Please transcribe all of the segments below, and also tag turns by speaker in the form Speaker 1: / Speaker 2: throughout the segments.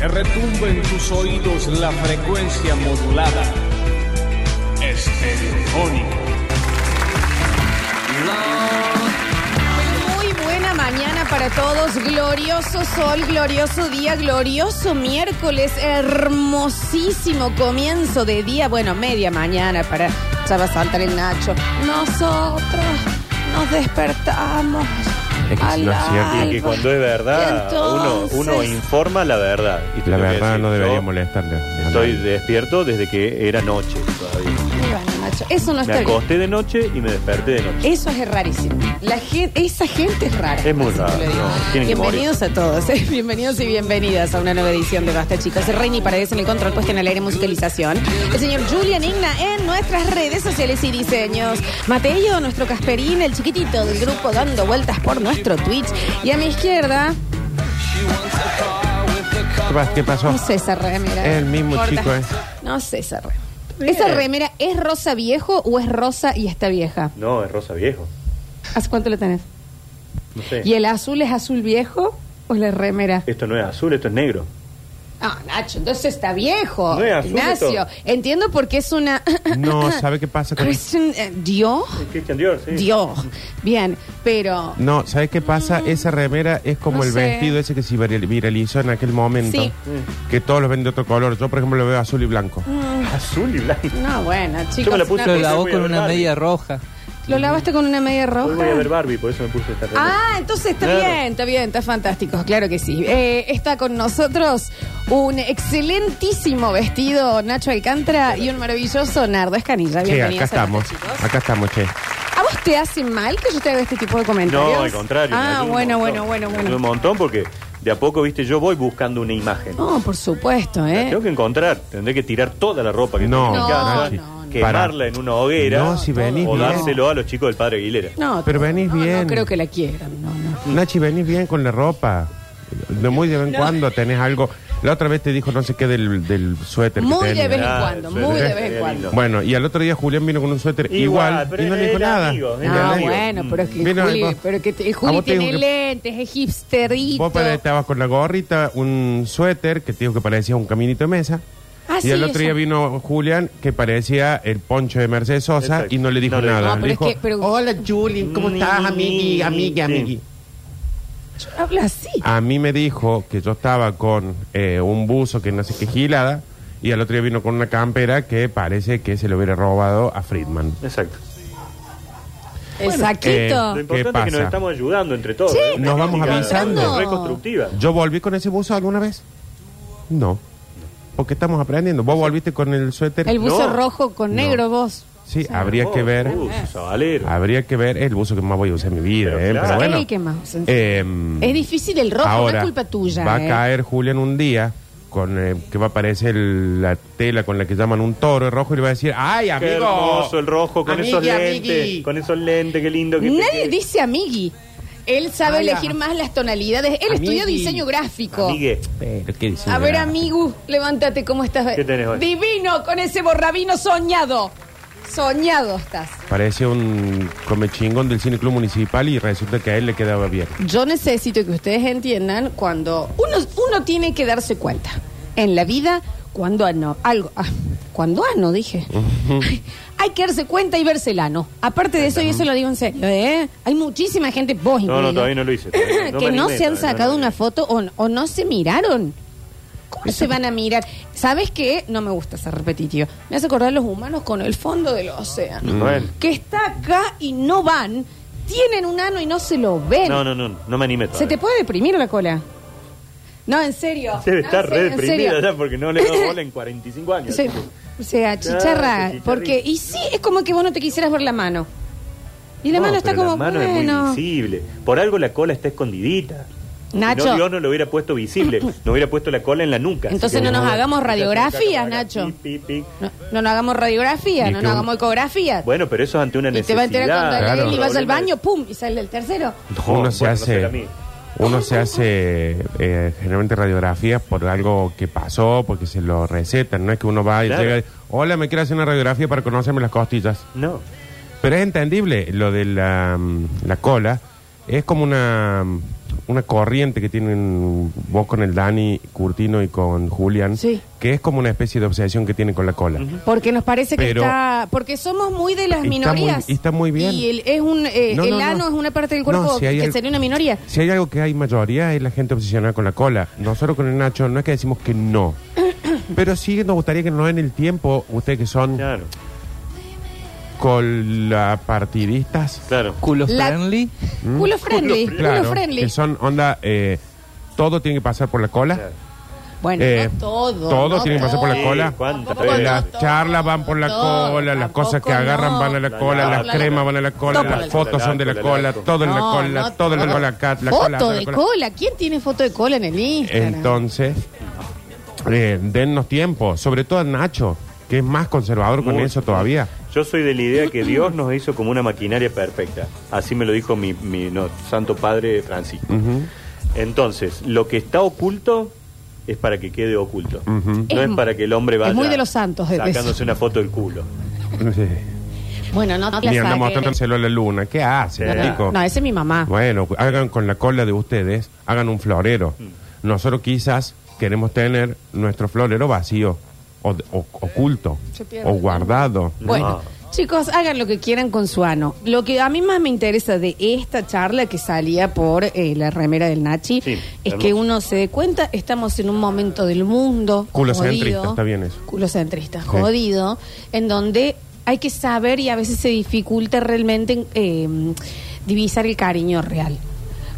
Speaker 1: Sube en tus oídos la frecuencia modulada. Estereofónica.
Speaker 2: Muy buena mañana para todos. Glorioso sol, glorioso día, glorioso miércoles, hermosísimo comienzo de día. Bueno, media mañana para ya va a saltar el Nacho. Nosotros nos despertamos.
Speaker 3: Es que
Speaker 2: al
Speaker 3: no es cierto.
Speaker 2: alba.
Speaker 4: Y que cuando es verdad,
Speaker 2: Entonces-
Speaker 4: uno, uno informa la verdad. Y te
Speaker 3: La
Speaker 4: tengo que
Speaker 3: verdad
Speaker 4: decir,
Speaker 3: no
Speaker 4: yo
Speaker 3: debería molestarle. a
Speaker 4: Estoy
Speaker 3: nadie.
Speaker 4: despierto desde que era noche todavía.
Speaker 2: Ahí va, Nacho. Eso no
Speaker 4: Me
Speaker 2: Ah, está bien.
Speaker 4: acosté de noche y me desperté de noche.
Speaker 2: Eso es rarísimo. La gente, esa gente es rara.
Speaker 4: Es muy
Speaker 2: Así te lo
Speaker 4: rara,
Speaker 2: digo.
Speaker 4: no. Tienen que
Speaker 2: Bienvenidos a todos, eh. bienvenidos y bienvenidas a una nueva edición de Basta, chicos. El Reini Paredes en el control, puesta en el aire, musicalización. El señor Julian Igna en nuestras redes sociales y diseños. Mateo, nuestro Casperín, el chiquitito del grupo, dando vueltas por nuestro Twitch. Y a mi izquierda,
Speaker 3: ¿Qué pas- ¿Qué pasó?
Speaker 2: no sé esa remera.
Speaker 3: Es el mismo
Speaker 2: Corta.
Speaker 3: chico, eh.
Speaker 2: No sé esa remera. ¿Esa remera es rosa viejo o es rosa y está vieja?
Speaker 4: No, es Rosa Viejo.
Speaker 2: ¿Hace cuánto la tenés?
Speaker 4: No sé.
Speaker 2: ¿Y el azul es azul viejo o la remera?
Speaker 4: Esto no es azul, esto es negro.
Speaker 2: Ah, Nacho, entonces está viejo.
Speaker 4: No es azul
Speaker 2: Ignacio,
Speaker 4: esto.
Speaker 2: entiendo por qué es una.
Speaker 3: ¿eh? No, ¿sabe qué pasa con
Speaker 2: Christian eh, Dior.
Speaker 4: Es Christian Dior, sí.
Speaker 2: Dior. Bien, pero.
Speaker 3: No, ¿sabe qué pasa? Esa remera es como
Speaker 2: No
Speaker 3: el
Speaker 2: sé.
Speaker 3: vestido ese que se viral- viralizó en aquel momento.
Speaker 2: Sí.
Speaker 3: Que todos los ven de otro color. Yo, por ejemplo, lo veo azul y blanco.
Speaker 2: Mm.
Speaker 4: Azul y blanco.
Speaker 2: No, bueno, chicos.
Speaker 4: Yo me la puse
Speaker 2: no,
Speaker 5: Lo
Speaker 4: Porque
Speaker 5: lavó
Speaker 4: voy a
Speaker 5: con
Speaker 4: ver
Speaker 5: una
Speaker 4: Barbie.
Speaker 5: media roja.
Speaker 2: ¿Lo lavaste con una media
Speaker 4: Hoy voy a ver
Speaker 2: roja?
Speaker 4: Barbie, por eso me puse esta remera.
Speaker 2: Ah, entonces está
Speaker 4: Claro.
Speaker 2: bien, está bien, está fantástico, claro que sí. Eh, está con nosotros un excelentísimo vestido Nacho Alcántara y un maravilloso Nardo Escanilla.
Speaker 3: Che,
Speaker 2: Bienvenidos
Speaker 3: acá
Speaker 2: a
Speaker 3: estamos.
Speaker 2: Basta, chicos.
Speaker 3: Acá estamos, che.
Speaker 2: ¿A vos te hace mal que yo te haga este tipo de comentarios?
Speaker 4: No, al contrario. me ayuda
Speaker 2: Ah,
Speaker 4: un
Speaker 2: bueno, bueno,
Speaker 4: montón.
Speaker 2: bueno,
Speaker 4: Me ayuda
Speaker 2: bueno.
Speaker 4: un montón porque de a poco, viste, yo voy buscando una imagen.
Speaker 2: No, por supuesto,
Speaker 4: La
Speaker 2: ¿eh?
Speaker 4: tengo que encontrar. Tendré que tirar toda la ropa que
Speaker 3: No,
Speaker 4: tengo en
Speaker 2: No,
Speaker 4: casa,
Speaker 2: no, no.
Speaker 4: quemarla en una hoguera
Speaker 3: No, si venís
Speaker 4: o
Speaker 3: bien.
Speaker 4: dárselo a los chicos del padre Aguilera.
Speaker 2: No,
Speaker 3: Pero venís
Speaker 2: no, No
Speaker 3: bien.
Speaker 2: creo que la quieran, no, no.
Speaker 3: Nachi, venís bien con la ropa. De muy de vez en cuando tenés algo. La otra vez te dijo no sé qué del, del suéter. que
Speaker 2: Muy de
Speaker 3: tenía.
Speaker 2: vez en
Speaker 4: Ah,
Speaker 2: cuando,
Speaker 4: sí,
Speaker 2: muy
Speaker 3: sí,
Speaker 2: de vez
Speaker 4: sí,
Speaker 2: en cuando.
Speaker 4: lindo.
Speaker 3: Bueno, y al otro día Julián vino con un suéter
Speaker 4: Igual,
Speaker 3: igual,
Speaker 4: pero
Speaker 3: y no le
Speaker 4: era
Speaker 3: dijo nada.
Speaker 4: amigo, era
Speaker 3: ¿Entendés?
Speaker 2: Ah,
Speaker 4: amigo.
Speaker 2: bueno, pero es que
Speaker 3: Mira,
Speaker 2: Juli,
Speaker 3: vos-
Speaker 2: pero que te- el
Speaker 3: Mm. a
Speaker 2: Juli
Speaker 3: vos te digo
Speaker 2: tiene
Speaker 3: que-
Speaker 2: lentes, es hipsterito.
Speaker 3: Vos pare- estabas con la gorrita, un suéter que te digo que parecía un caminito de mesa.
Speaker 2: Ah,
Speaker 3: y
Speaker 2: sí,
Speaker 3: el otro
Speaker 2: eso.
Speaker 3: día vino Julián que parecía el poncho de Mercedes Sosa
Speaker 4: Exacto.
Speaker 3: y no le dijo
Speaker 4: No le dijo
Speaker 3: nada.
Speaker 2: No,
Speaker 3: Le
Speaker 2: pero es
Speaker 3: dijo,
Speaker 2: que, pero
Speaker 6: Hola Julie, ¿cómo estás, amigui, amigui, amigui?
Speaker 2: habla así.
Speaker 3: A mí me dijo que yo estaba con eh, un buzo que no sé qué gilada y al otro día vino con una campera que parece que se lo hubiera robado a Friedman.
Speaker 4: Exacto.
Speaker 2: el saquito.
Speaker 4: Lo
Speaker 3: ¿Qué
Speaker 4: importante es que nos
Speaker 3: pasa?
Speaker 4: estamos ayudando entre todos.
Speaker 2: Sí,
Speaker 4: ¿eh? Una
Speaker 3: nos vamos
Speaker 4: crítica
Speaker 3: avisando.
Speaker 4: Reconstructiva.
Speaker 3: ¿Yo volví con ese buzo alguna vez? No. Porque estamos aprendiendo. ¿Vos volviste con el suéter?
Speaker 2: el buzo
Speaker 4: No.
Speaker 2: rojo con negro, vos.
Speaker 3: Sí, habría que ver.
Speaker 4: Uh, sabalero.
Speaker 3: Habría que ver el buzo que más voy a usar en mi vida,
Speaker 4: Pero
Speaker 3: ¿eh?
Speaker 4: claro.
Speaker 3: Pero bueno.
Speaker 2: Es el que más.
Speaker 3: Em,
Speaker 2: Es difícil el rojo, no
Speaker 3: ahora
Speaker 2: es culpa tuya.
Speaker 3: Va
Speaker 2: eh.
Speaker 3: a caer Julián un día con eh, que va a aparecer el- la tela con la que llaman un toro de rojo y le va a decir, ¡ay,
Speaker 4: Qué
Speaker 3: amigo!
Speaker 4: hermoso el rojo con
Speaker 6: Amigui,
Speaker 4: esos lentes.
Speaker 6: amigui.
Speaker 4: Con esos lentes, qué lindo. Que
Speaker 2: Nadie dice amigui. Él sabe
Speaker 6: Ay,
Speaker 2: elegir
Speaker 6: ah.
Speaker 2: más las tonalidades. Él estudia
Speaker 6: Amigui.
Speaker 2: diseño gráfico.
Speaker 4: Amigue.
Speaker 3: Pero, ¿qué dice?
Speaker 2: A ver, amigo, levántate, ¿cómo estás?
Speaker 4: ¿Qué tenés hoy?
Speaker 2: Divino, con ese borrabino soñado. Soñado estás.
Speaker 3: Parece un comechingón del Cine Club Municipal y resulta que a él le quedaba bien.
Speaker 2: Yo necesito que ustedes entiendan cuando uno, uno tiene que darse cuenta en la vida cuando ano, algo, ah, cuando ano, dije. Hay que darse cuenta y verse el ano. Aparte de eso, y eso lo digo en serio, ¿eh? Hay muchísima gente, vos
Speaker 4: No,
Speaker 2: incluido,
Speaker 4: no, todavía no lo hice. todavía
Speaker 2: que
Speaker 4: me
Speaker 2: no
Speaker 4: animé,
Speaker 2: se han
Speaker 4: todavía,
Speaker 2: sacado
Speaker 4: no
Speaker 2: una
Speaker 4: me animé.
Speaker 2: foto o, o no se miraron. ¿Cómo se van a mirar? ¿Sabes qué? No me gusta ser repetitivo. Me hace acordar a los humanos con el fondo del océano.
Speaker 4: Bueno.
Speaker 2: Que está acá y no van, tienen un ano y no se lo ven.
Speaker 4: No, no, no, no me animé
Speaker 2: ¿Se
Speaker 4: todavía.
Speaker 2: te puede deprimir la cola? No, en serio.
Speaker 4: Debe
Speaker 2: No,
Speaker 4: estar
Speaker 2: en
Speaker 4: re
Speaker 2: serio, en
Speaker 4: deprimida
Speaker 2: serio.
Speaker 4: ya porque no le he dado bola en 45 años.
Speaker 2: Se- O sea,
Speaker 4: Claro,
Speaker 2: chicharra.
Speaker 4: chicharrita.
Speaker 2: porque, y sí, es como que vos no te quisieras ver la mano. Y la
Speaker 4: No,
Speaker 2: mano está
Speaker 4: pero
Speaker 2: como.
Speaker 4: La mano es
Speaker 2: bueno.
Speaker 4: muy visible. Por algo la cola está escondidita.
Speaker 2: Nacho.
Speaker 4: Si No, Dios no lo hubiera puesto visible. No hubiera puesto la cola en la nuca.
Speaker 2: Entonces
Speaker 4: Así que
Speaker 2: no nos hagamos
Speaker 4: Esta
Speaker 2: radiografías,
Speaker 4: acá,
Speaker 2: Nacho.
Speaker 4: pi, pi, pi.
Speaker 2: no, no nos hagamos radiografía,
Speaker 3: Y
Speaker 2: no nos
Speaker 3: que un-
Speaker 2: hagamos ecografía.
Speaker 4: Bueno, pero eso es ante una
Speaker 2: y te
Speaker 4: necesidad.
Speaker 2: va a enterar cuando
Speaker 3: Claro.
Speaker 2: él y vas al
Speaker 4: Problema
Speaker 2: baño,
Speaker 4: de-
Speaker 2: pum, y sale el tercero.
Speaker 4: No,
Speaker 3: uno se
Speaker 4: bueno, no
Speaker 3: hace
Speaker 4: será mío.
Speaker 3: uno se hace eh, generalmente radiografías por algo que pasó porque se lo recetan no es que uno va y
Speaker 4: Claro.
Speaker 3: llega y, hola me quiero hacer una radiografía para conocerme las costillas
Speaker 4: No.
Speaker 3: pero es entendible lo de la, mm, la cola es como una mm, una corriente que tienen vos con el Dani Curtino y con Julián,
Speaker 2: Sí.
Speaker 3: que es como una especie de obsesión que tienen con la cola.
Speaker 2: Porque nos parece que
Speaker 3: Pero-
Speaker 2: está. Porque somos muy de las
Speaker 3: Está muy-
Speaker 2: minorías.
Speaker 3: está muy bien.
Speaker 2: Y el, es un, eh,
Speaker 3: No,
Speaker 2: el
Speaker 3: no, no.
Speaker 2: ano es una parte del cuerpo
Speaker 3: No, si hay
Speaker 2: que
Speaker 3: al-
Speaker 2: sería una minoría.
Speaker 3: Si hay algo que hay mayoría es la gente obsesionada con la cola. Nosotros con el Nacho no es que decimos que no. Pero sí nos gustaría que nos den el tiempo, ustedes que son
Speaker 4: Claro,
Speaker 3: colapartidistas.
Speaker 4: claro.
Speaker 5: Culo
Speaker 2: La- ¿Mm?
Speaker 5: friendly.
Speaker 2: Culo friendly. Culo,
Speaker 3: Claro,
Speaker 2: friendly.
Speaker 3: que son onda, eh, todo tiene que pasar por la cola.
Speaker 4: Claro.
Speaker 2: Bueno,
Speaker 3: Eh,
Speaker 2: no todo.
Speaker 3: todo
Speaker 2: no
Speaker 3: tiene que pasar por la
Speaker 2: todo.
Speaker 3: cola.
Speaker 4: ¿Cuántas
Speaker 2: Tampoco
Speaker 4: veces?
Speaker 3: Eh, Las
Speaker 2: no todo,
Speaker 3: charlas van por la
Speaker 2: no,
Speaker 3: cola, las
Speaker 2: tampoco
Speaker 3: cosas que agarran
Speaker 2: no.
Speaker 3: van a la
Speaker 4: La
Speaker 3: cola,
Speaker 4: lata,
Speaker 3: las
Speaker 4: la
Speaker 3: cremas
Speaker 4: lata.
Speaker 3: van a la cola,
Speaker 2: Todo por
Speaker 3: las
Speaker 2: la
Speaker 3: fotos
Speaker 4: cola,
Speaker 3: son de la
Speaker 4: la
Speaker 3: cola,
Speaker 4: lata.
Speaker 3: todo en la
Speaker 2: No,
Speaker 3: cola,
Speaker 2: no,
Speaker 3: todo en la
Speaker 2: no.
Speaker 3: cola, acá, la
Speaker 2: Foto
Speaker 3: cola, toda la
Speaker 2: de
Speaker 3: cola.
Speaker 2: cola. ¿Quién tiene foto de cola en el Instagram?
Speaker 3: Entonces, eh, dennos tiempo, sobre todo a Nacho, que es más conservador con
Speaker 4: Muy.
Speaker 3: eso todavía.
Speaker 4: Yo soy de la idea que Dios nos hizo como una maquinaria perfecta. Así me lo dijo mi, mi, no, santo padre Francisco.
Speaker 3: Ujú.
Speaker 4: Entonces, lo que está oculto es para que quede oculto.
Speaker 3: Ujú.
Speaker 4: No
Speaker 2: Es-
Speaker 4: es, para que el hombre
Speaker 2: es
Speaker 4: vaya
Speaker 2: muy de los santos de
Speaker 4: sacándose
Speaker 2: eso.
Speaker 4: una foto del culo.
Speaker 3: Sí.
Speaker 2: Bueno, no te la
Speaker 3: Ni anda
Speaker 2: saques.
Speaker 3: mostrándoselo a la luna. ¿Qué hace,
Speaker 4: No, no,
Speaker 3: chico?
Speaker 2: No, esa es mi mamá.
Speaker 3: Bueno, hagan con la cola de ustedes, hagan un florero. Nosotros quizás queremos tener nuestro florero vacío, o, o- oculto,
Speaker 2: Se pierde.
Speaker 3: o guardado.
Speaker 2: Bueno, chicos, hagan lo que quieran con su ano. Lo que a mí más me interesa de esta charla que salía por eh, la remera del Nachi
Speaker 4: Sí,
Speaker 2: es
Speaker 4: hermoso.
Speaker 2: que uno se dé cuenta, estamos en un momento del mundo.
Speaker 3: Culocentrista,
Speaker 2: jodido,
Speaker 3: está bien eso.
Speaker 2: Culocentrista,
Speaker 3: Sí.
Speaker 2: jodido, en donde hay que saber y a veces se dificulta realmente eh, divisar el cariño real.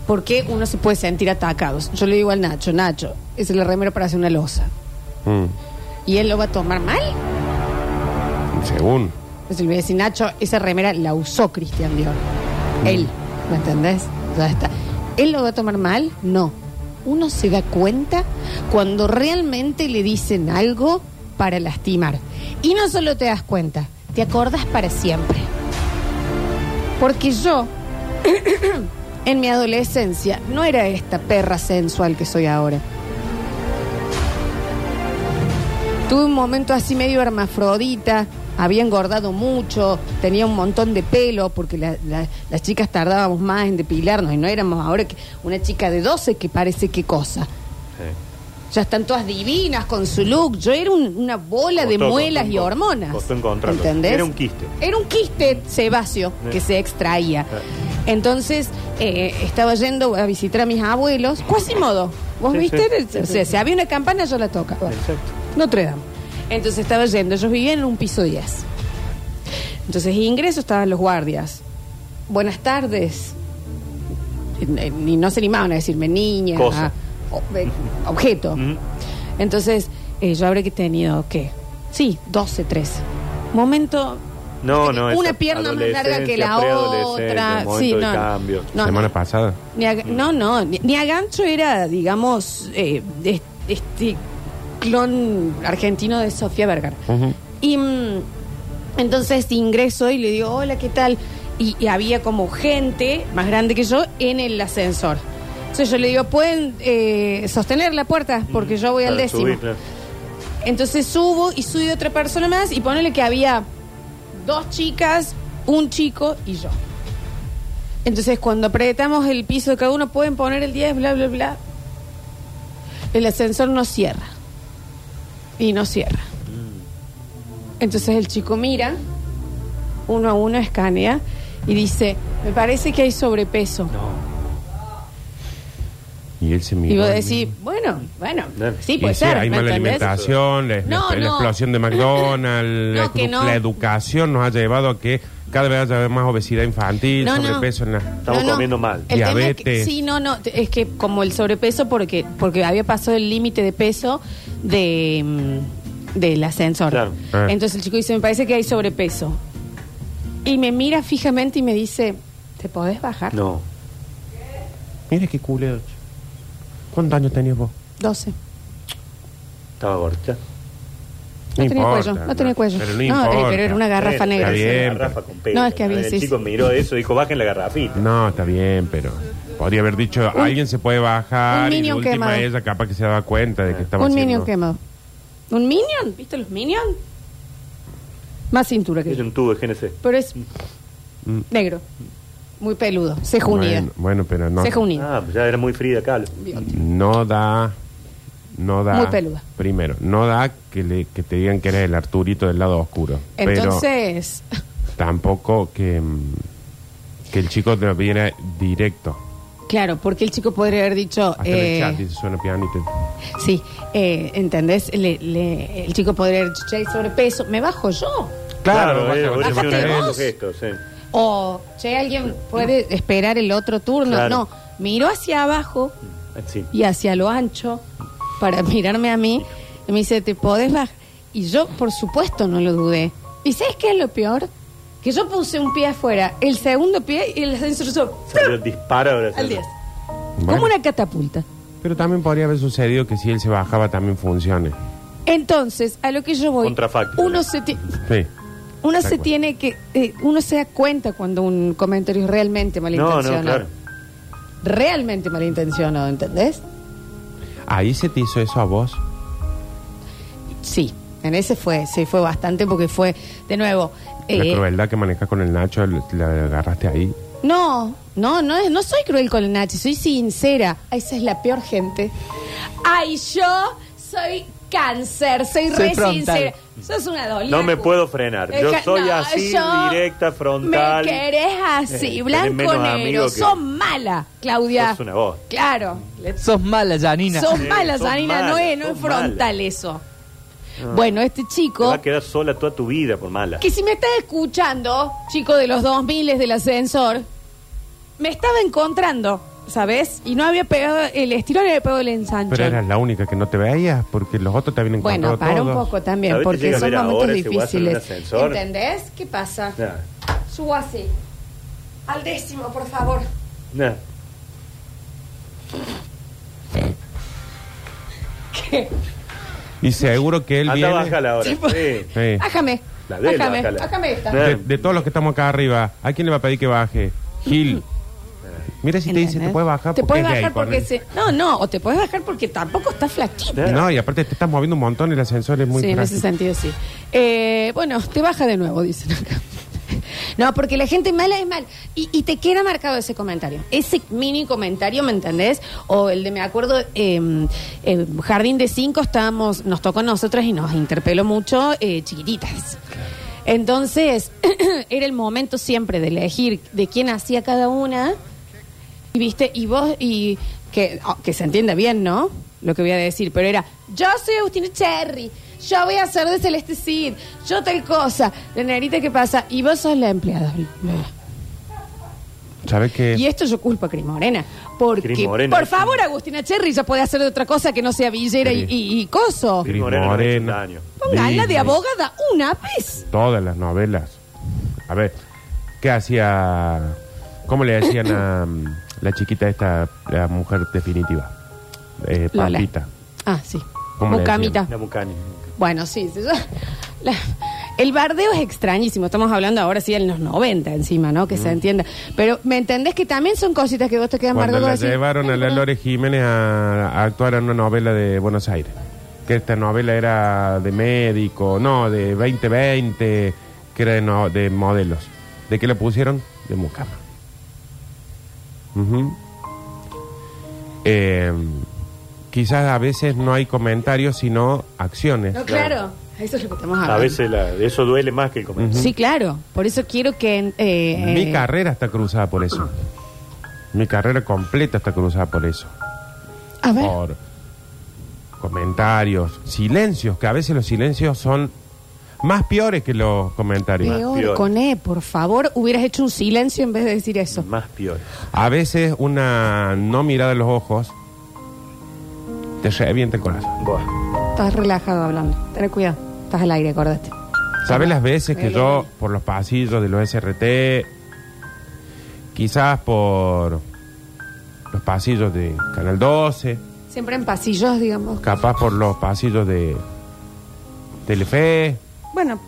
Speaker 2: Porque uno se puede sentir atacados. Yo le digo al Nacho, Nacho, esa es la remera para hacer una losa.
Speaker 3: Mm,
Speaker 2: ¿Y él lo va a tomar mal?
Speaker 3: según.
Speaker 2: Pues le voy a decir, Nacho, esa remera la usó Cristian Dior. Él, ¿me entendés? Ya está. ¿Él lo va a tomar mal? No. Uno se da cuenta cuando realmente le dicen algo para lastimar. Y no solo te das cuenta, te acordás para siempre. Porque yo, en mi adolescencia, no era esta perra sensual que soy ahora. Tuve un momento así medio hermafrodita, había engordado mucho, tenía un montón de pelo, porque la- la- las chicas tardábamos más en depilarnos y no éramos ahora que una chica de 12 que parece qué cosa. Ya están todas divinas con su look. Yo era un- una bola de
Speaker 4: Costó,
Speaker 2: muelas
Speaker 4: costó,
Speaker 2: y hormonas.
Speaker 4: costó encontrarlo.
Speaker 2: ¿Entendés?
Speaker 4: Era un quiste.
Speaker 2: Era un quiste sebáceo
Speaker 4: Sí.
Speaker 2: que se extraía.
Speaker 4: Claro.
Speaker 2: Entonces eh, estaba yendo a visitar a mis abuelos. Quasimodo. ¿Vos
Speaker 4: Sí,
Speaker 2: viste?
Speaker 4: sí.
Speaker 2: O sea, si había una campana, yo la tocaba.
Speaker 4: Exacto.
Speaker 2: Notre Dame. Entonces estaba yendo, yo vivía en un piso 10. Entonces ingreso, estaban los guardias. Buenas tardes. Y no se animaban a decirme niña,
Speaker 4: Cosa.
Speaker 2: o- eh, objeto.
Speaker 4: Ujú.
Speaker 2: Entonces eh, yo habré que tenido, ¿qué? Sí, 12, 13. Momento...
Speaker 4: No, no,
Speaker 2: Una
Speaker 4: esa
Speaker 2: pierna más larga que la
Speaker 4: adolescencia,
Speaker 2: otra.
Speaker 4: preadolescencia, momento
Speaker 2: Sí,
Speaker 4: de
Speaker 2: no.
Speaker 4: cambio.
Speaker 2: No,
Speaker 3: Semana
Speaker 2: no.
Speaker 3: pasada.
Speaker 2: Ni a- no, no, ni, ni a gancho era, digamos, eh, es- este clon argentino de Sofía Vergara.
Speaker 3: Ujú.
Speaker 2: Y mm, entonces ingreso y le digo, hola, ¿qué tal? Y, y había como gente más grande que yo en el ascensor. Entonces yo le digo, ¿pueden eh, sostener la puerta? Porque yo voy al
Speaker 4: Para
Speaker 2: décimo.
Speaker 4: subir, claro.
Speaker 2: Entonces subo y sube otra persona más y ponele que había dos chicas, un chico y yo. Entonces cuando apretamos el piso de cada uno pueden poner el 10, bla, bla, bla. El ascensor no cierra. Y no cierra. Entonces el chico mira, uno a uno escanea y dice, me parece que hay sobrepeso.
Speaker 3: Y él se miró.
Speaker 2: y vos decís, bueno, bueno,
Speaker 4: Claro.
Speaker 2: sí,
Speaker 3: Y
Speaker 2: puede
Speaker 3: sí,
Speaker 2: ser.
Speaker 3: hay
Speaker 2: ¿me
Speaker 3: mala
Speaker 2: entendés?
Speaker 3: alimentación, la,
Speaker 2: No,
Speaker 3: la- la
Speaker 2: no.
Speaker 3: explosión de McDonald's,
Speaker 2: No,
Speaker 3: la,
Speaker 2: que no.
Speaker 3: la educación nos ha llevado a que cada vez haya más obesidad infantil,
Speaker 2: No, no.
Speaker 3: sobrepeso en la...
Speaker 4: Estamos comiendo mal.
Speaker 2: El tema es que-
Speaker 3: Diabetes.
Speaker 2: sí, no, no. Es que como el sobrepeso, porque, porque había pasado el límite de peso de, mm, del ascensor.
Speaker 4: Claro.
Speaker 3: Ah.
Speaker 2: Entonces el chico dice, me parece que hay sobrepeso. Y me mira fijamente y me dice, ¿te podés bajar?
Speaker 4: No.
Speaker 3: Mira qué culeo. che. ¿Cuántos años tenías vos?
Speaker 2: 12.
Speaker 4: Estaba gorda.
Speaker 2: No tenía
Speaker 3: importa,
Speaker 2: cuello, no tenía cuello.
Speaker 3: Pero no,
Speaker 2: No, eh,
Speaker 3: importa.
Speaker 2: pero era una garrafa
Speaker 4: Sí,
Speaker 2: negra.
Speaker 4: era
Speaker 3: Está
Speaker 4: una
Speaker 3: bien,
Speaker 4: garrafa
Speaker 3: pero-
Speaker 4: con pelo.
Speaker 2: No, es que había-
Speaker 4: El
Speaker 2: sí,
Speaker 4: chico
Speaker 2: sí.
Speaker 4: miró eso y dijo, bajen la garrafita.
Speaker 3: No, está bien, pero... Podría haber dicho, alguien se puede
Speaker 2: un
Speaker 3: bajar y la
Speaker 2: minion
Speaker 3: última
Speaker 2: quemado.
Speaker 3: ella capaz que se daba cuenta de que estaba
Speaker 2: Un
Speaker 3: haciendo...
Speaker 2: minion quemado. ¿Un minion? ¿Viste los minions? Más cintura que
Speaker 4: Es
Speaker 2: yo.
Speaker 4: un tubo de GNC.
Speaker 2: Pero es negro. Muy peludo. Ceja unida.
Speaker 3: Bueno, bueno, pero no.
Speaker 2: Ceja unida.
Speaker 4: Ah, pues ya era muy Frida Kahlo.
Speaker 3: No da. No da.
Speaker 2: Muy peluda.
Speaker 3: Primero, no da que, le, que te digan que eres el Arturito del lado oscuro.
Speaker 2: Entonces,
Speaker 3: Pero tampoco que. mm, Que el chico te lo viera directo.
Speaker 2: claro, porque el chico podría haber dicho.
Speaker 3: Hasta en
Speaker 2: eh,
Speaker 3: el chat dice suena pianito.
Speaker 2: sí, eh, ¿entendés? Le- le- el chico podría haber dicho, che, hay sobrepeso, me bajo yo.
Speaker 3: Claro,
Speaker 4: eh,
Speaker 3: baja,
Speaker 4: vos
Speaker 3: baja,
Speaker 4: decís
Speaker 2: baja,
Speaker 4: una
Speaker 2: baja.
Speaker 4: de los gestos, sí.
Speaker 2: O, che, alguien puede esperar el otro turno.
Speaker 4: Claro.
Speaker 2: No, miro hacia abajo
Speaker 4: Ah, Sí.
Speaker 2: y hacia lo ancho para mirarme a mí. Y me dice, ¿te podés bajar? Y yo, por supuesto, no lo dudé. ¿Y sabes qué es lo peor? Que yo puse un pie afuera, el segundo pie y el ascensor hizo
Speaker 4: Salió disparado ahora.
Speaker 2: al 10.
Speaker 3: Bueno,
Speaker 2: Como una catapulta.
Speaker 3: Pero también podría haber sucedido que si él se bajaba también funcione.
Speaker 2: Entonces, a lo que yo voy,
Speaker 4: Contrafáctico.
Speaker 2: uno se, ti-
Speaker 3: Sí.
Speaker 2: uno se
Speaker 3: Exacto.
Speaker 2: tiene que, eh, uno se da cuenta cuando un comentario es realmente
Speaker 4: No,
Speaker 2: malintencionado.
Speaker 4: no, claro.
Speaker 2: Realmente malintencionado, ¿entendés?
Speaker 3: Ahí se te hizo eso a vos.
Speaker 2: Sí, en ese fue, sí, fue bastante porque fue, de nuevo,
Speaker 3: La
Speaker 2: eh,
Speaker 3: crueldad que manejas con el Nacho, el- la agarraste ahí.
Speaker 2: No, no, no, es- no soy cruel con el Nachi, soy sincera. Ay, Esa es la peor gente. Ay, yo soy cáncer, soy,
Speaker 6: Soy
Speaker 2: re
Speaker 6: frontal.
Speaker 2: sincera. Sos una dolida.
Speaker 4: No me puedo frenar. Yo
Speaker 2: Deja-
Speaker 4: soy así,
Speaker 2: yo-
Speaker 4: directa, frontal.
Speaker 2: Me querés así,
Speaker 4: Eh, tenés
Speaker 2: blanco,
Speaker 4: menos amigo
Speaker 2: negro.
Speaker 4: que-
Speaker 2: Sos mala, Claudia.
Speaker 4: Sos una voz.
Speaker 2: Claro.
Speaker 5: Sos mala, Janina.
Speaker 2: Sos
Speaker 4: Sí,
Speaker 2: mala,
Speaker 4: sos
Speaker 2: Janina, no
Speaker 4: mala,
Speaker 2: es, no es
Speaker 4: sos mala.
Speaker 2: frontal eso. Bueno, este
Speaker 4: Te va
Speaker 2: chico,
Speaker 4: a quedar sola toda tu vida por mala.
Speaker 2: que si me estás escuchando, chico de los 2000 del ascensor, me estaba encontrando, ¿sabes? Y no había pegado el estirón, había pegado el ensanche.
Speaker 3: Pero eras la única que no te veías porque los otros también
Speaker 2: Bueno,
Speaker 3: encontrado
Speaker 2: para un
Speaker 3: todos.
Speaker 2: poco también,
Speaker 4: ¿Sabés que
Speaker 2: porque
Speaker 4: llega a
Speaker 2: son
Speaker 4: ver
Speaker 2: momentos
Speaker 4: ahora ese guaso en un
Speaker 2: difíciles.
Speaker 4: ascensor?
Speaker 2: ¿Entendés? ¿Qué pasa?
Speaker 4: Nah,
Speaker 2: Subo así. Al décimo, por favor.
Speaker 4: nah.
Speaker 2: ¿Qué?
Speaker 3: Y seguro que él
Speaker 4: Anda,
Speaker 3: viene.
Speaker 4: bájala ahora.
Speaker 2: Sí, pues.
Speaker 4: Sí.
Speaker 3: Sí.
Speaker 2: Bájame.
Speaker 4: La de él,
Speaker 2: Bájame.
Speaker 4: bájala.
Speaker 2: Bájame esta.
Speaker 4: Nah.
Speaker 3: De, de todos los que estamos acá arriba, ¿a quién le va a pedir que baje? Gil. Mira si te dice,
Speaker 2: ¿Entendés?
Speaker 3: te puedes bajar
Speaker 2: Te
Speaker 3: porque
Speaker 2: puedes
Speaker 3: es gay,
Speaker 2: bajar porque
Speaker 3: ponele.
Speaker 2: se- No, no, o te puedes bajar porque tampoco está flaquita.
Speaker 4: se-
Speaker 3: No, y aparte te estás moviendo un montón, el ascensor es muy
Speaker 2: sí, en ese
Speaker 3: frágil.
Speaker 2: sentido sí. Eh, bueno, te baja de nuevo, dicen acá. No, porque la gente mala es mal. Y, y te queda marcado ese comentario. Ese mini comentario, ¿me entendés? O el de, me acuerdo, eh, eh, Jardín de Cinco, estábamos, nos tocó a nosotras y nos interpeló mucho, eh, chiquititas. Entonces, era el momento siempre de elegir de quién hacía cada una. Y viste, y vos, y que, oh, que se entienda bien, ¿no? Lo que voy a decir, pero era, yo soy Agustina Cherry, yo voy a ser de Celeste Cid, yo tal cosa, la negrita que pasa, y vos sos la empleada.
Speaker 3: ¿Sabes qué?
Speaker 2: Y esto yo culpo a Cris Morena, porque,
Speaker 4: Cris Morena,
Speaker 2: por
Speaker 4: sí.
Speaker 2: favor, Agustina Cherry ya puede hacer de otra cosa que no sea villera y,
Speaker 3: Sí.
Speaker 2: y- y coso.
Speaker 3: Cris
Speaker 4: Cris Morena,
Speaker 3: Morena.
Speaker 4: 90 años.
Speaker 2: Póngala de
Speaker 3: Disney.
Speaker 2: abogada una vez.
Speaker 3: Todas las novelas. A ver, ¿qué hacía? ¿Cómo le decían a mm, la chiquita esta, la mujer definitiva? Eh,
Speaker 2: Lola.
Speaker 3: Pampita.
Speaker 2: Ah, sí.
Speaker 3: ¿Cómo le
Speaker 2: Mucamita.
Speaker 4: La Mucani.
Speaker 2: Bueno, sí. sí, yo- la- el bardeo es extrañísimo. Estamos hablando ahora sí en los 90 encima, ¿no? Que se entienda. Pero me entendés que también son cositas que vos te quedas
Speaker 3: Cuando
Speaker 2: marcado.
Speaker 3: la
Speaker 2: así.
Speaker 3: llevaron a la Lore Jiménez a, a actuar en una novela de Buenos Aires. Que esta novela era de médico, no, de 2020, que era de, no- de modelos. ¿De qué le pusieron? De mucama. Ujú. Eh, quizás a veces no hay comentarios, sino acciones.
Speaker 2: No, claro. Eso es lo que estamos hablando.
Speaker 4: A veces la- eso duele más que el comentario.
Speaker 2: Sí, claro. Por eso quiero que. eh, eh,
Speaker 3: Mi carrera está cruzada por eso. Mi carrera completa está cruzada por eso.
Speaker 2: A ver.
Speaker 3: por comentarios, silencios, que a veces los silencios son más peores que los comentarios.
Speaker 2: Peor,
Speaker 4: peor.
Speaker 2: Coné, E, por favor, hubieras hecho un silencio en vez de decir eso.
Speaker 4: Más peor.
Speaker 3: A veces una no mirada a los ojos te revienta el corazón.
Speaker 4: Bueno,
Speaker 2: Estás relajado hablando. Ten cuidado. Estás al aire, acordate.
Speaker 3: ¿Sabes las veces que
Speaker 2: Bien.
Speaker 3: yo, por los pasillos de los SRT, quizás por los pasillos de Canal 12,
Speaker 2: Siempre en pasillos, digamos.
Speaker 3: capaz por los pasillos de Telefe,
Speaker 2: Bueno,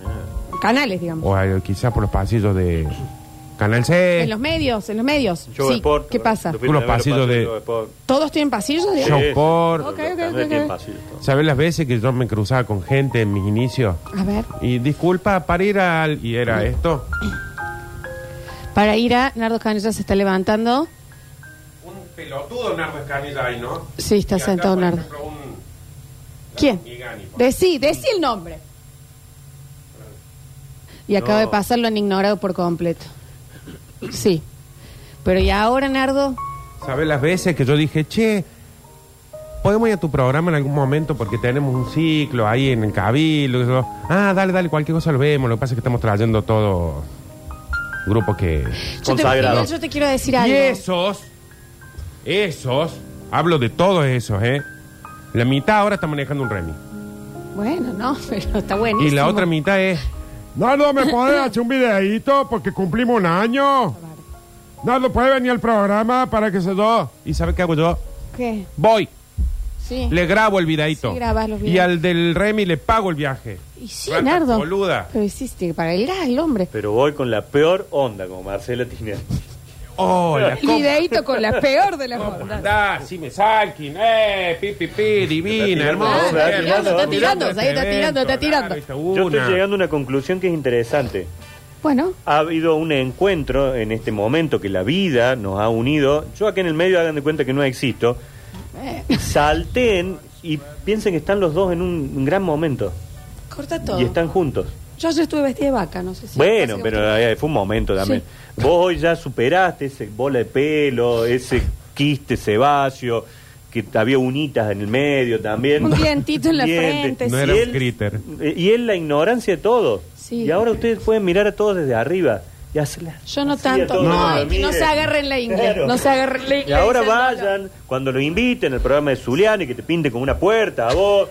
Speaker 2: canales, digamos.
Speaker 3: o eh, quizás por los pasillos de Canal C,
Speaker 2: En los medios, en los medios.
Speaker 4: yo
Speaker 2: sí,
Speaker 4: deporte,
Speaker 2: ¿qué
Speaker 4: ¿no?
Speaker 2: pasa?
Speaker 4: Lo primero
Speaker 3: Unos
Speaker 4: que me
Speaker 3: pasillos
Speaker 4: pasa
Speaker 3: de-
Speaker 4: es yo deporte.
Speaker 2: ¿Todos tienen pasillos? digamos?
Speaker 3: Show
Speaker 4: Sí, sí,
Speaker 3: por-
Speaker 4: sí,
Speaker 2: Ok,
Speaker 4: sí,
Speaker 2: ok,
Speaker 4: también
Speaker 2: ok,
Speaker 4: tiene
Speaker 2: ok.
Speaker 4: pasillos, todo.
Speaker 3: ¿Sabes las veces que yo me cruzaba con gente en mis inicios?
Speaker 2: A ver.
Speaker 3: Y disculpa, para ir al... Y era esto.
Speaker 2: Para ir a Nardo Canella se está levantando.
Speaker 3: Un pelotudo Nardo Escanilla ahí, ¿no?
Speaker 2: Sí, está
Speaker 3: Y acá,
Speaker 2: sentado
Speaker 3: por
Speaker 2: Nardo.
Speaker 3: ejemplo, un-
Speaker 2: ¿Quién?
Speaker 3: Migani, por-
Speaker 2: Decí, decí el nombre. Y acaba
Speaker 4: No.
Speaker 2: de pasarlo en ignorado por completo. Sí. Pero y ahora, Nardo,
Speaker 3: ¿Sabes las veces que yo dije, che, podemos ir a tu programa en algún momento porque tenemos un ciclo ahí en el cabildo? y yo, ah, dale, dale, cualquier cosa lo vemos. Lo que pasa es que estamos trayendo todo grupo que...
Speaker 2: yo te,
Speaker 4: Consagrado.
Speaker 2: igual yo te quiero decir algo.
Speaker 3: Y esos, esos, hablo de todos esos, ¿eh? La mitad ahora está manejando un Remy.
Speaker 2: Bueno, no, pero está buenísimo.
Speaker 3: Y la otra mitad es... Nardo, ¿me podés hacer un videíto porque cumplimos un año? Nardo, ¿puede venir al programa para que se yo? ¿Y sabe qué hago yo?
Speaker 2: ¿Qué?
Speaker 3: Voy.
Speaker 2: Sí.
Speaker 3: Le grabo el videito.
Speaker 2: Sí, grabás los
Speaker 3: Y
Speaker 2: videos.
Speaker 3: al del Remy le pago el viaje.
Speaker 2: Y sí,
Speaker 3: Rata
Speaker 2: Nardo.
Speaker 3: Boluda.
Speaker 2: Pero hiciste para ir al hombre.
Speaker 4: Pero voy con la peor onda, como Marcela Tiner.
Speaker 3: Oh, la
Speaker 2: El videíto con la peor de las ondas.
Speaker 3: Da, sí me salkin, eh, pi, pi, pi, divina,
Speaker 4: Está
Speaker 3: hermosa.
Speaker 4: tirando, está tirando, está
Speaker 2: tirando,
Speaker 3: este
Speaker 2: ahí está tirando, está
Speaker 3: evento,
Speaker 2: tirando.
Speaker 3: claro, esta
Speaker 4: Yo estoy
Speaker 3: una.
Speaker 4: llegando a una conclusión que es interesante.
Speaker 2: Bueno,
Speaker 4: Ha habido un encuentro en este momento que la vida nos ha unido. Yo acá en el medio hagan de cuenta que no existo. Salten y piensen que están los dos en un gran momento
Speaker 2: corta todo.
Speaker 4: y están juntos.
Speaker 2: Yo ayer estuve vestida de vaca, no sé si. no
Speaker 4: Bueno,
Speaker 2: sé
Speaker 4: pero
Speaker 2: si-
Speaker 4: eh, fue un momento también. Vos hoy ya superaste ese bola de pelo, ese quiste sebáceo, que había unitas en el medio también.
Speaker 2: Un dientito en la
Speaker 4: Diente.
Speaker 2: frente,
Speaker 3: No
Speaker 2: sí.
Speaker 3: era
Speaker 4: Y
Speaker 3: un
Speaker 4: él-
Speaker 3: critter.
Speaker 4: eh, Y es la ignorancia de todo.
Speaker 2: Sí.
Speaker 4: Y ahora ustedes pueden mirar a todos desde arriba y hacerla.
Speaker 2: Yo no
Speaker 4: así a
Speaker 2: tanto.
Speaker 4: todos.
Speaker 2: No,
Speaker 4: Pero
Speaker 2: es que no
Speaker 4: miren.
Speaker 2: se agarren la ingle.
Speaker 4: Claro.
Speaker 2: No se agarren la
Speaker 4: Y
Speaker 2: ingle.
Speaker 4: ahora
Speaker 2: dicen, no, no.
Speaker 4: vayan, cuando lo inviten al programa de Zuliani, que te pinte con una puerta, a vos.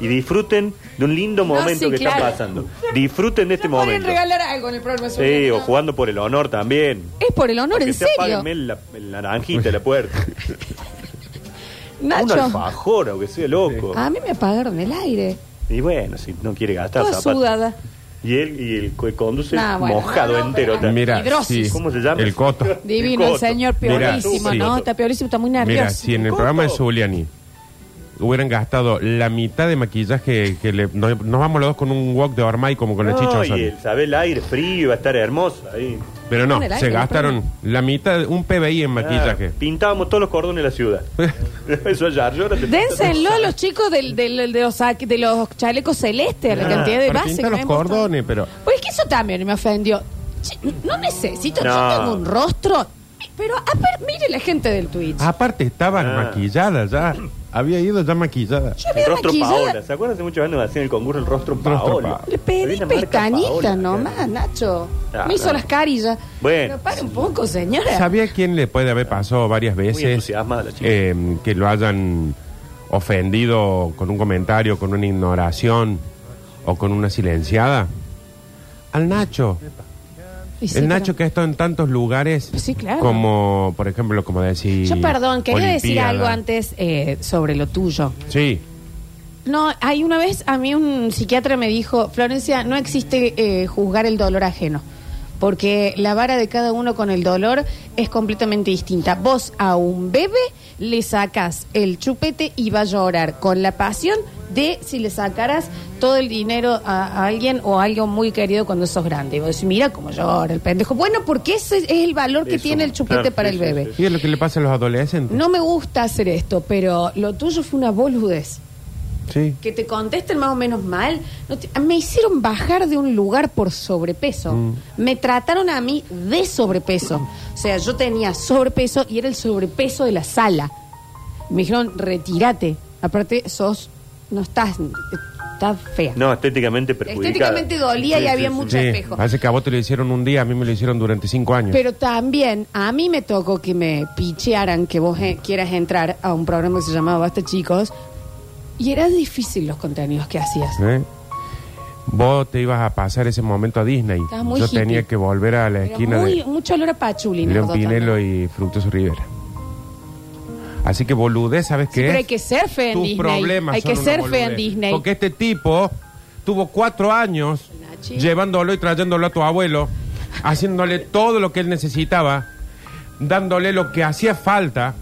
Speaker 4: Y disfruten de un lindo
Speaker 2: No,
Speaker 4: momento
Speaker 2: sí,
Speaker 4: que
Speaker 2: claro.
Speaker 4: está pasando. Disfuten de este
Speaker 2: Nos pueden
Speaker 4: momento.
Speaker 2: regalar algo en el programa.
Speaker 4: Sí,
Speaker 2: ¿no?
Speaker 4: o jugando por el honor también.
Speaker 2: Es por el honor,
Speaker 4: Que
Speaker 2: en
Speaker 4: se
Speaker 2: serio.
Speaker 4: apáguenme la, el naranjita, la puerta.
Speaker 2: Ah,
Speaker 4: Un
Speaker 2: Nacho,
Speaker 4: alfajor, aunque sea loco.
Speaker 2: a mí me apagaron el aire.
Speaker 4: Y bueno, si no quiere gastar
Speaker 2: Toda
Speaker 4: zapatos.
Speaker 2: sudada.
Speaker 4: Y él y el que conduce
Speaker 2: Nah, bueno,
Speaker 4: mojado
Speaker 2: no, no,
Speaker 4: entero.
Speaker 2: pero-
Speaker 3: Mira,
Speaker 2: Hidrosis.
Speaker 3: sí,
Speaker 4: ¿Cómo se llama?
Speaker 3: El coto.
Speaker 2: Divino el,
Speaker 4: coto.
Speaker 2: señor,
Speaker 3: Mira,
Speaker 2: peorísimo,
Speaker 3: sí.
Speaker 2: ¿no? Está peorísimo, está muy nervioso.
Speaker 3: Mira, si en el
Speaker 4: Coto.
Speaker 3: programa de Zuliani hubieran gastado la mitad de maquillaje que le, no- nos, vamos los dos con un walk de Ormay como con la
Speaker 4: No,
Speaker 3: chicha
Speaker 4: y
Speaker 3: Osani.
Speaker 4: el sabe el aire frío, va a estar hermoso ahí.
Speaker 3: Pero no,
Speaker 2: Con el aire,
Speaker 3: se
Speaker 2: no
Speaker 3: gastaron la mitad, un PBI en maquillaje.
Speaker 4: Ah, pintábamos todos los cordones de la ciudad. Eso allá, yo ahora te-
Speaker 2: Dénsenlo a los chicos del, del- de, los, sac- de los chalecos celestes, a la
Speaker 3: Ah,
Speaker 2: cantidad de
Speaker 3: para
Speaker 2: base. que
Speaker 3: pintar
Speaker 2: me
Speaker 3: los
Speaker 2: han mostrado.
Speaker 3: cordones, pero-
Speaker 2: Pues es que eso también me ofendió. Che, No necesito, yo
Speaker 4: No.
Speaker 2: tengo un rostro. Pero, a ver, mire la gente del Twitch.
Speaker 3: Aparte estaban
Speaker 4: Ah.
Speaker 3: maquilladas ya. Había ido ya maquillada.
Speaker 2: yo
Speaker 4: El
Speaker 2: había
Speaker 4: rostro Paola,
Speaker 2: maquillado.
Speaker 4: ¿se acuerdan hace muchos años hacían el concurso el rostro
Speaker 3: Rostro
Speaker 4: Paola?
Speaker 3: Paola.
Speaker 2: Le
Speaker 4: Había
Speaker 2: pedí
Speaker 4: una marca Paola,
Speaker 2: pestañitas nomás,
Speaker 4: claro.
Speaker 2: Nacho.
Speaker 4: Ah,
Speaker 2: me hizo
Speaker 4: no.
Speaker 2: las carillas.
Speaker 4: Bueno.
Speaker 2: Pero para un poco, señora.
Speaker 3: ¿Sabía quién le puede haber pasado varias veces
Speaker 4: entusiasmada la chica.
Speaker 3: eh, que lo hayan ofendido con un comentario, con una ignoración o con una silenciada? Al Nacho.
Speaker 2: Y sí,
Speaker 3: el
Speaker 2: pero-
Speaker 3: Nacho que ha estado en tantos lugares
Speaker 2: Pues sí, claro.
Speaker 3: como, por ejemplo, como decir...
Speaker 2: Yo, perdón, quería decir
Speaker 3: Olimpiada.
Speaker 2: algo antes eh, sobre lo tuyo.
Speaker 3: Sí,
Speaker 2: No, hay una vez a mí un psiquiatra me dijo, Florencia, no existe eh, juzgar el dolor ajeno, porque la vara de cada uno con el dolor es completamente distinta. Vos a un bebé le sacás el chupete y va a llorar con la pasión de si le sacaras todo el dinero a, a alguien o a algo muy querido cuando sos grande. Y vos decís, mira cómo llora el pendejo. Bueno, porque ese es el valor que
Speaker 4: Eso,
Speaker 2: tiene el chupete
Speaker 4: claro,
Speaker 2: para
Speaker 4: sí,
Speaker 2: el
Speaker 4: sí,
Speaker 2: bebé.
Speaker 4: sí.
Speaker 3: y es lo que le pasa a los adolescentes.
Speaker 2: No me gusta hacer esto, pero lo tuyo fue una boludez
Speaker 3: Sí.
Speaker 2: que te contesten más o menos mal. no te- me hicieron bajar de un lugar por sobrepeso.
Speaker 3: Mm.
Speaker 2: Me trataron a mí de sobrepeso. O sea, yo tenía sobrepeso y era el sobrepeso de la sala. Me dijeron, retírate. Aparte, sos, no estás, estás fea.
Speaker 4: No, estéticamente perjudicada.
Speaker 2: Estéticamente dolía y había mucho
Speaker 3: Sí,
Speaker 2: espejo.
Speaker 3: parece que a vos te lo hicieron un día, a mí me lo hicieron durante cinco años.
Speaker 2: Pero también a mí me tocó que me pichearan que vos eh, quieras entrar a un programa que se llamaba Basta Chicos y era difícil los contenidos que hacías.
Speaker 3: ¿Eh? Vos te ibas a pasar ese momento a Disney.
Speaker 2: Estabas muy
Speaker 3: Yo
Speaker 2: hippie.
Speaker 3: tenía que volver a la
Speaker 2: Era
Speaker 3: esquina
Speaker 2: muy-
Speaker 3: de
Speaker 2: mucho olor a pachuli.
Speaker 3: León
Speaker 2: Nardo,
Speaker 3: Pinelo
Speaker 2: también.
Speaker 3: y Fructuoso Rivera. Así que boludez, ¿sabes
Speaker 2: Sí,
Speaker 3: qué?
Speaker 2: pero
Speaker 3: es?
Speaker 2: hay que ser fe en
Speaker 3: Tus
Speaker 2: Disney.
Speaker 3: problemas
Speaker 2: Hay
Speaker 3: son
Speaker 2: que
Speaker 3: una
Speaker 2: ser fe en
Speaker 3: boludez.
Speaker 2: Disney.
Speaker 3: Porque este tipo tuvo cuatro años
Speaker 2: Nachi.
Speaker 3: llevándolo y trayéndolo a tu abuelo, haciéndole todo lo que él necesitaba, dándole lo que hacía falta,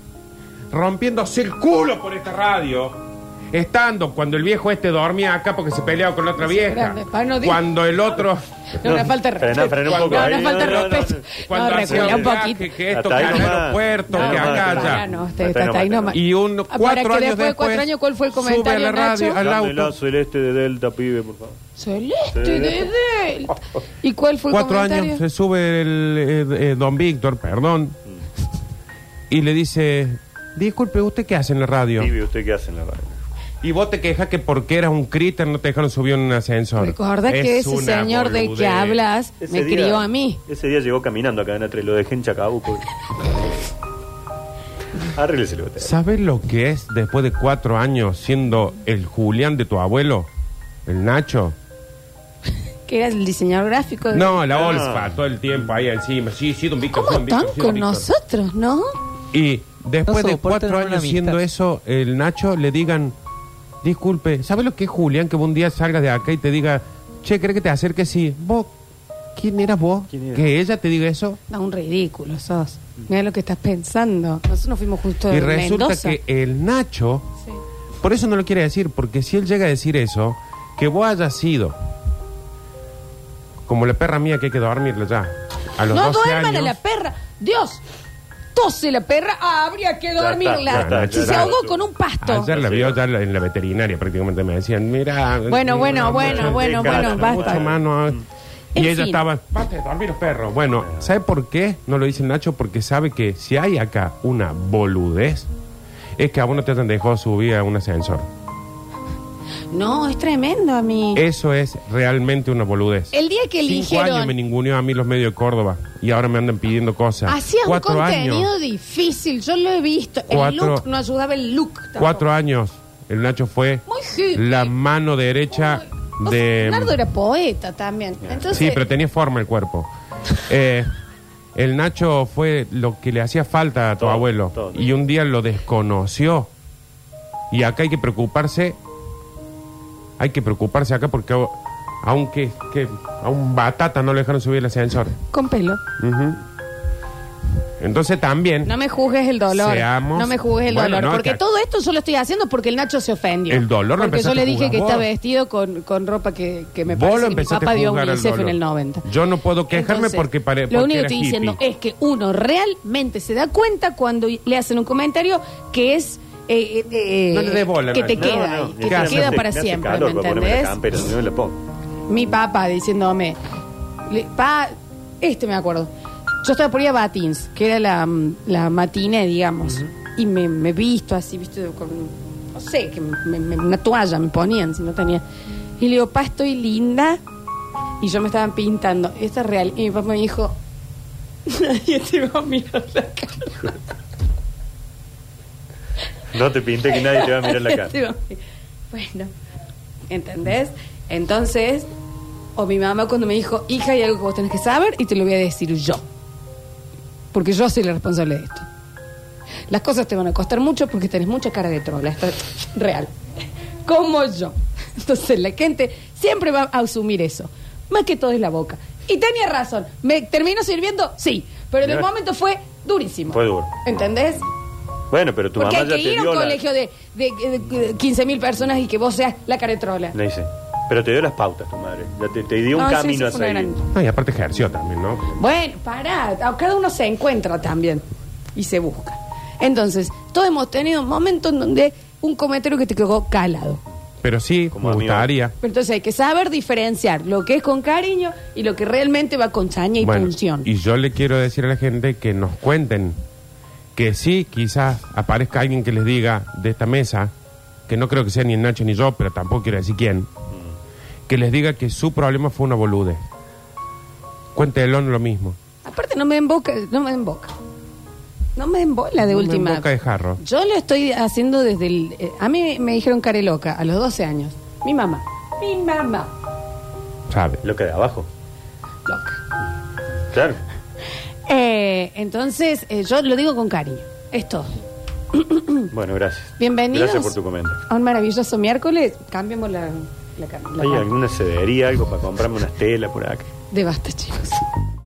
Speaker 3: rompiéndose el culo por esta radio. Estando cuando el viejo este dormía acá porque se peleaba con la otra vieja.
Speaker 2: grande, pa, no diga.
Speaker 3: Cuando el otro.
Speaker 2: No, una falta de
Speaker 4: Frená,
Speaker 2: respeto.
Speaker 4: frená un poco
Speaker 2: No,
Speaker 4: ahí.
Speaker 2: una falta de
Speaker 4: No, no, no,
Speaker 2: respeto.
Speaker 4: no.
Speaker 3: Cuando
Speaker 2: No,
Speaker 3: hacía
Speaker 2: recula un
Speaker 3: un viaje,
Speaker 2: poquito.
Speaker 3: que esto,
Speaker 4: Hasta ahí
Speaker 3: que al
Speaker 4: nomás.
Speaker 3: aeropuerto,
Speaker 4: No,
Speaker 3: que
Speaker 4: no,
Speaker 3: acá
Speaker 4: no,
Speaker 3: allá.
Speaker 2: No, usted
Speaker 4: Hasta ahí
Speaker 2: está hasta ahí
Speaker 4: nomás.
Speaker 2: nomás.
Speaker 3: Y un
Speaker 2: Ah,
Speaker 3: cuatro
Speaker 2: para que
Speaker 3: años
Speaker 2: después de cuatro
Speaker 3: después,
Speaker 2: años, ¿cuál fue el
Speaker 3: sube
Speaker 2: comentario,
Speaker 3: a la radio,
Speaker 2: Nacho?
Speaker 3: al auto.
Speaker 4: Dándole celeste de Delta, pibe, por favor.
Speaker 2: Celeste de Delta. ¿Y cuál fue el
Speaker 3: Cuatro
Speaker 2: comentario?
Speaker 3: años se sube el eh, eh, don Víctor, perdón, y le dice, disculpe, ¿usted qué hace en la radio?
Speaker 4: Pibe, ¿usted qué hace en la radio?
Speaker 3: Y vos te quejas que porque eras un críter no te dejaron subir en un ascensor.
Speaker 2: Recuerda que
Speaker 3: Es
Speaker 2: ese
Speaker 3: una
Speaker 2: señor del que
Speaker 3: boludez.
Speaker 2: hablas me
Speaker 4: día-
Speaker 2: crió a mí.
Speaker 4: Ese día llegó caminando acá en la tres, lo dejé en Chacabuco. Arréglese el hotel.
Speaker 3: ¿Sabes lo que es después de cuatro años siendo el Julián de tu abuelo? ¿El Nacho?
Speaker 2: Que era el diseñador gráfico. de-
Speaker 3: No, la
Speaker 4: Ah.
Speaker 3: Olfa, todo el tiempo ahí encima. Sí, sí, don Víctor.
Speaker 2: ¿Cómo
Speaker 3: don Víctor,
Speaker 2: están
Speaker 3: sí, don
Speaker 2: con
Speaker 3: Víctor.
Speaker 2: nosotros, no?
Speaker 3: Y después
Speaker 5: No
Speaker 3: de
Speaker 5: soportan
Speaker 3: cuatro
Speaker 5: una
Speaker 3: años siendo
Speaker 5: amistad.
Speaker 3: eso, el Nacho le digan, disculpe, ¿sabes lo que es Julián? Que un día salgas de acá y te diga, che, ¿crees que te acerques? Sí, vos, ¿quién eras vos?
Speaker 4: ¿Quién era?
Speaker 3: Que ella te diga eso.
Speaker 2: Da un ridículo sos. Mira lo que estás pensando. Nosotros nos fuimos justo
Speaker 3: y
Speaker 2: de
Speaker 3: resulta
Speaker 2: Mendoza.
Speaker 3: que el Nacho, por eso no lo quiere decir, porque si él llega a decir eso, que vos hayas sido como la perra mía que hay que dormirla ya. A los
Speaker 2: No
Speaker 3: 12
Speaker 2: duerman
Speaker 3: años,
Speaker 2: a la perra. Dios, tose la perra. Ah, habría que
Speaker 4: está,
Speaker 2: dormirla.
Speaker 4: ya
Speaker 3: está,
Speaker 2: si
Speaker 3: ya
Speaker 2: se
Speaker 3: está.
Speaker 2: ahogó con un pasto.
Speaker 3: Ayer la vio Ah, ya la- en la veterinaria prácticamente, me decían, mira...
Speaker 2: Bueno, bueno,
Speaker 3: no,
Speaker 2: bueno,
Speaker 3: mucho-
Speaker 2: bueno,
Speaker 4: cara,
Speaker 2: bueno,
Speaker 4: no,
Speaker 2: Ah, basta. Mm.
Speaker 3: mucho más no- ah. Y
Speaker 2: En
Speaker 3: ella
Speaker 2: fin.
Speaker 3: estaba, "Basta de dormir los perros. Bueno, ¿sabe por qué no lo dice el Nacho? Porque sabe que si hay acá una boludez, es que a uno te han dejado subir a un ascensor.
Speaker 2: No, es tremendo a mí.
Speaker 3: Eso es realmente una boludez.
Speaker 2: El día que
Speaker 3: Cinco años
Speaker 2: eligieron,
Speaker 3: me ninguneó a mí los medios de Córdoba y ahora me andan pidiendo cosas.
Speaker 2: hacías un
Speaker 3: cuatro
Speaker 2: contenido
Speaker 3: años,
Speaker 2: difícil. Yo lo he visto. El
Speaker 3: Cuatro-
Speaker 2: look no ayudaba el look. tampoco.
Speaker 3: cuatro años, el Nacho fue
Speaker 2: Muy hippie.
Speaker 3: la mano derecha
Speaker 2: O sea,
Speaker 3: de.
Speaker 2: Leonardo era poeta también. Entonces,
Speaker 3: Sí, pero tenía forma el cuerpo. Eh, el Nacho fue lo que le hacía falta a tu
Speaker 4: Todo,
Speaker 3: abuelo
Speaker 4: todo.
Speaker 3: y un día lo desconoció. Y acá hay que preocuparse, hay que preocuparse acá porque a- aunque que a un batata no le dejaron subir el ascensor.
Speaker 2: con pelo.
Speaker 3: Ujú. Entonces también
Speaker 2: No me juzgues el dolor.
Speaker 3: Seamos-
Speaker 2: No me juzgues el
Speaker 3: Bueno,
Speaker 2: dolor.
Speaker 3: no,
Speaker 2: porque
Speaker 3: que-
Speaker 2: todo esto yo lo estoy haciendo porque el Nacho se ofendió.
Speaker 3: El dolor lo
Speaker 2: Porque yo
Speaker 3: empezaste
Speaker 2: le
Speaker 3: a
Speaker 2: dije
Speaker 3: juzgar
Speaker 2: que
Speaker 3: vos.
Speaker 2: estaba vestido con, con ropa que, que me
Speaker 3: Vos
Speaker 2: parece
Speaker 3: lo
Speaker 2: que mi
Speaker 3: empezaste
Speaker 2: papá
Speaker 3: a
Speaker 2: dio a
Speaker 3: juzgar al
Speaker 2: UNICEF en
Speaker 3: dolor.
Speaker 2: el 90.
Speaker 3: Yo no puedo quejarme
Speaker 2: Entonces,
Speaker 3: porque pare-
Speaker 2: Lo
Speaker 3: porque
Speaker 2: único que
Speaker 3: era
Speaker 2: estoy
Speaker 3: hippie.
Speaker 2: diciendo es que uno realmente se da cuenta cuando le hacen un comentario que es... eh, eh, eh,
Speaker 3: No le des bola,
Speaker 2: que te
Speaker 3: Nacho.
Speaker 2: queda
Speaker 4: No,
Speaker 2: ahí,
Speaker 4: no,
Speaker 2: que
Speaker 4: me
Speaker 2: te
Speaker 4: hace-
Speaker 2: queda
Speaker 4: me
Speaker 2: para
Speaker 4: hace
Speaker 2: siempre, ¿me
Speaker 4: calor para ponerme la
Speaker 2: entendés?
Speaker 4: campera, si no me la pongo.
Speaker 2: mi papá diciéndome, le- pa, este me acuerdo, yo estaba por ir a Batins, que era la, mm, la matiné, digamos, y me, me visto así, visto con, no sé, que me- me- una toalla me ponían si no tenía. Y le digo, pa, estoy linda, y yo me estaban pintando, esto es real, y mi papá me dijo, nadie te va a mirar la cara.
Speaker 4: No te pinté que nadie te va a mirar la cara.
Speaker 2: Bueno, ¿entendés? Entonces, o mi mamá cuando me dijo, hija, hay algo que vos tenés que saber y te lo voy a decir yo. Porque yo soy la responsable de esto. Las cosas te van a costar mucho porque tenés mucha cara de trola. Esto es real. Como yo. Entonces la gente siempre va a asumir eso. Más que todo es la boca. Y tenía razón. ¿Me terminó sirviendo? Sí. Pero en el
Speaker 4: Mirá.
Speaker 2: momento fue durísimo.
Speaker 4: Fue duro.
Speaker 2: ¿Entendés?
Speaker 4: Bueno, pero tu
Speaker 2: Porque
Speaker 4: mamá
Speaker 2: hay
Speaker 4: ya
Speaker 2: que
Speaker 4: te
Speaker 2: ir a un
Speaker 4: dio la...
Speaker 2: colegio de, de, de- de 15.000 personas y que vos seas la caretrola.
Speaker 4: Le dice, pero te dio las pautas tu madre. Ya te, te dio un
Speaker 2: No, sí,
Speaker 4: camino
Speaker 2: sí,
Speaker 4: a
Speaker 2: fue una
Speaker 4: seguir.
Speaker 2: gran-
Speaker 3: No, y aparte ejerció también, ¿no?
Speaker 2: Bueno, pará, a- cada uno se encuentra también y se busca. Entonces, todos hemos tenido momentos en donde un comentario que te quedó calado.
Speaker 3: Pero sí,
Speaker 4: Como
Speaker 3: me
Speaker 4: amigo.
Speaker 3: gustaría.
Speaker 2: Pero entonces hay que saber diferenciar lo que es con cariño y lo que realmente va con chaña y
Speaker 3: Bueno,
Speaker 2: punción.
Speaker 3: Y yo le quiero decir a la gente que nos cuenten que sí, quizás aparezca alguien que les diga de esta mesa, que no creo que sea ni el Nacho ni yo, pero tampoco quiero decir quién, que les diga que su problema fue una bolude. Cuéntenlo lo mismo.
Speaker 2: Aparte no me emboca, no me emboca. No me embola de
Speaker 3: No me
Speaker 2: última.
Speaker 3: emboca de jarro.
Speaker 2: Yo lo estoy haciendo desde el... eh, a mí me dijeron care loca a los 12 años. Mi mamá. Mi mamá.
Speaker 3: ¿Sabe?
Speaker 4: Lo que de abajo.
Speaker 2: Loca.
Speaker 4: Claro.
Speaker 2: Eh, entonces, eh, yo lo digo con cariño. Es todo.
Speaker 4: Bueno, gracias.
Speaker 2: Mm. Bienvenidos.
Speaker 4: Gracias por tu comentario.
Speaker 2: A un maravilloso miércoles. Cambiemos la... la, la-
Speaker 4: ¿Hay alguna cedería, algo para comprarme unas telas por acá?
Speaker 2: de basta, chicos.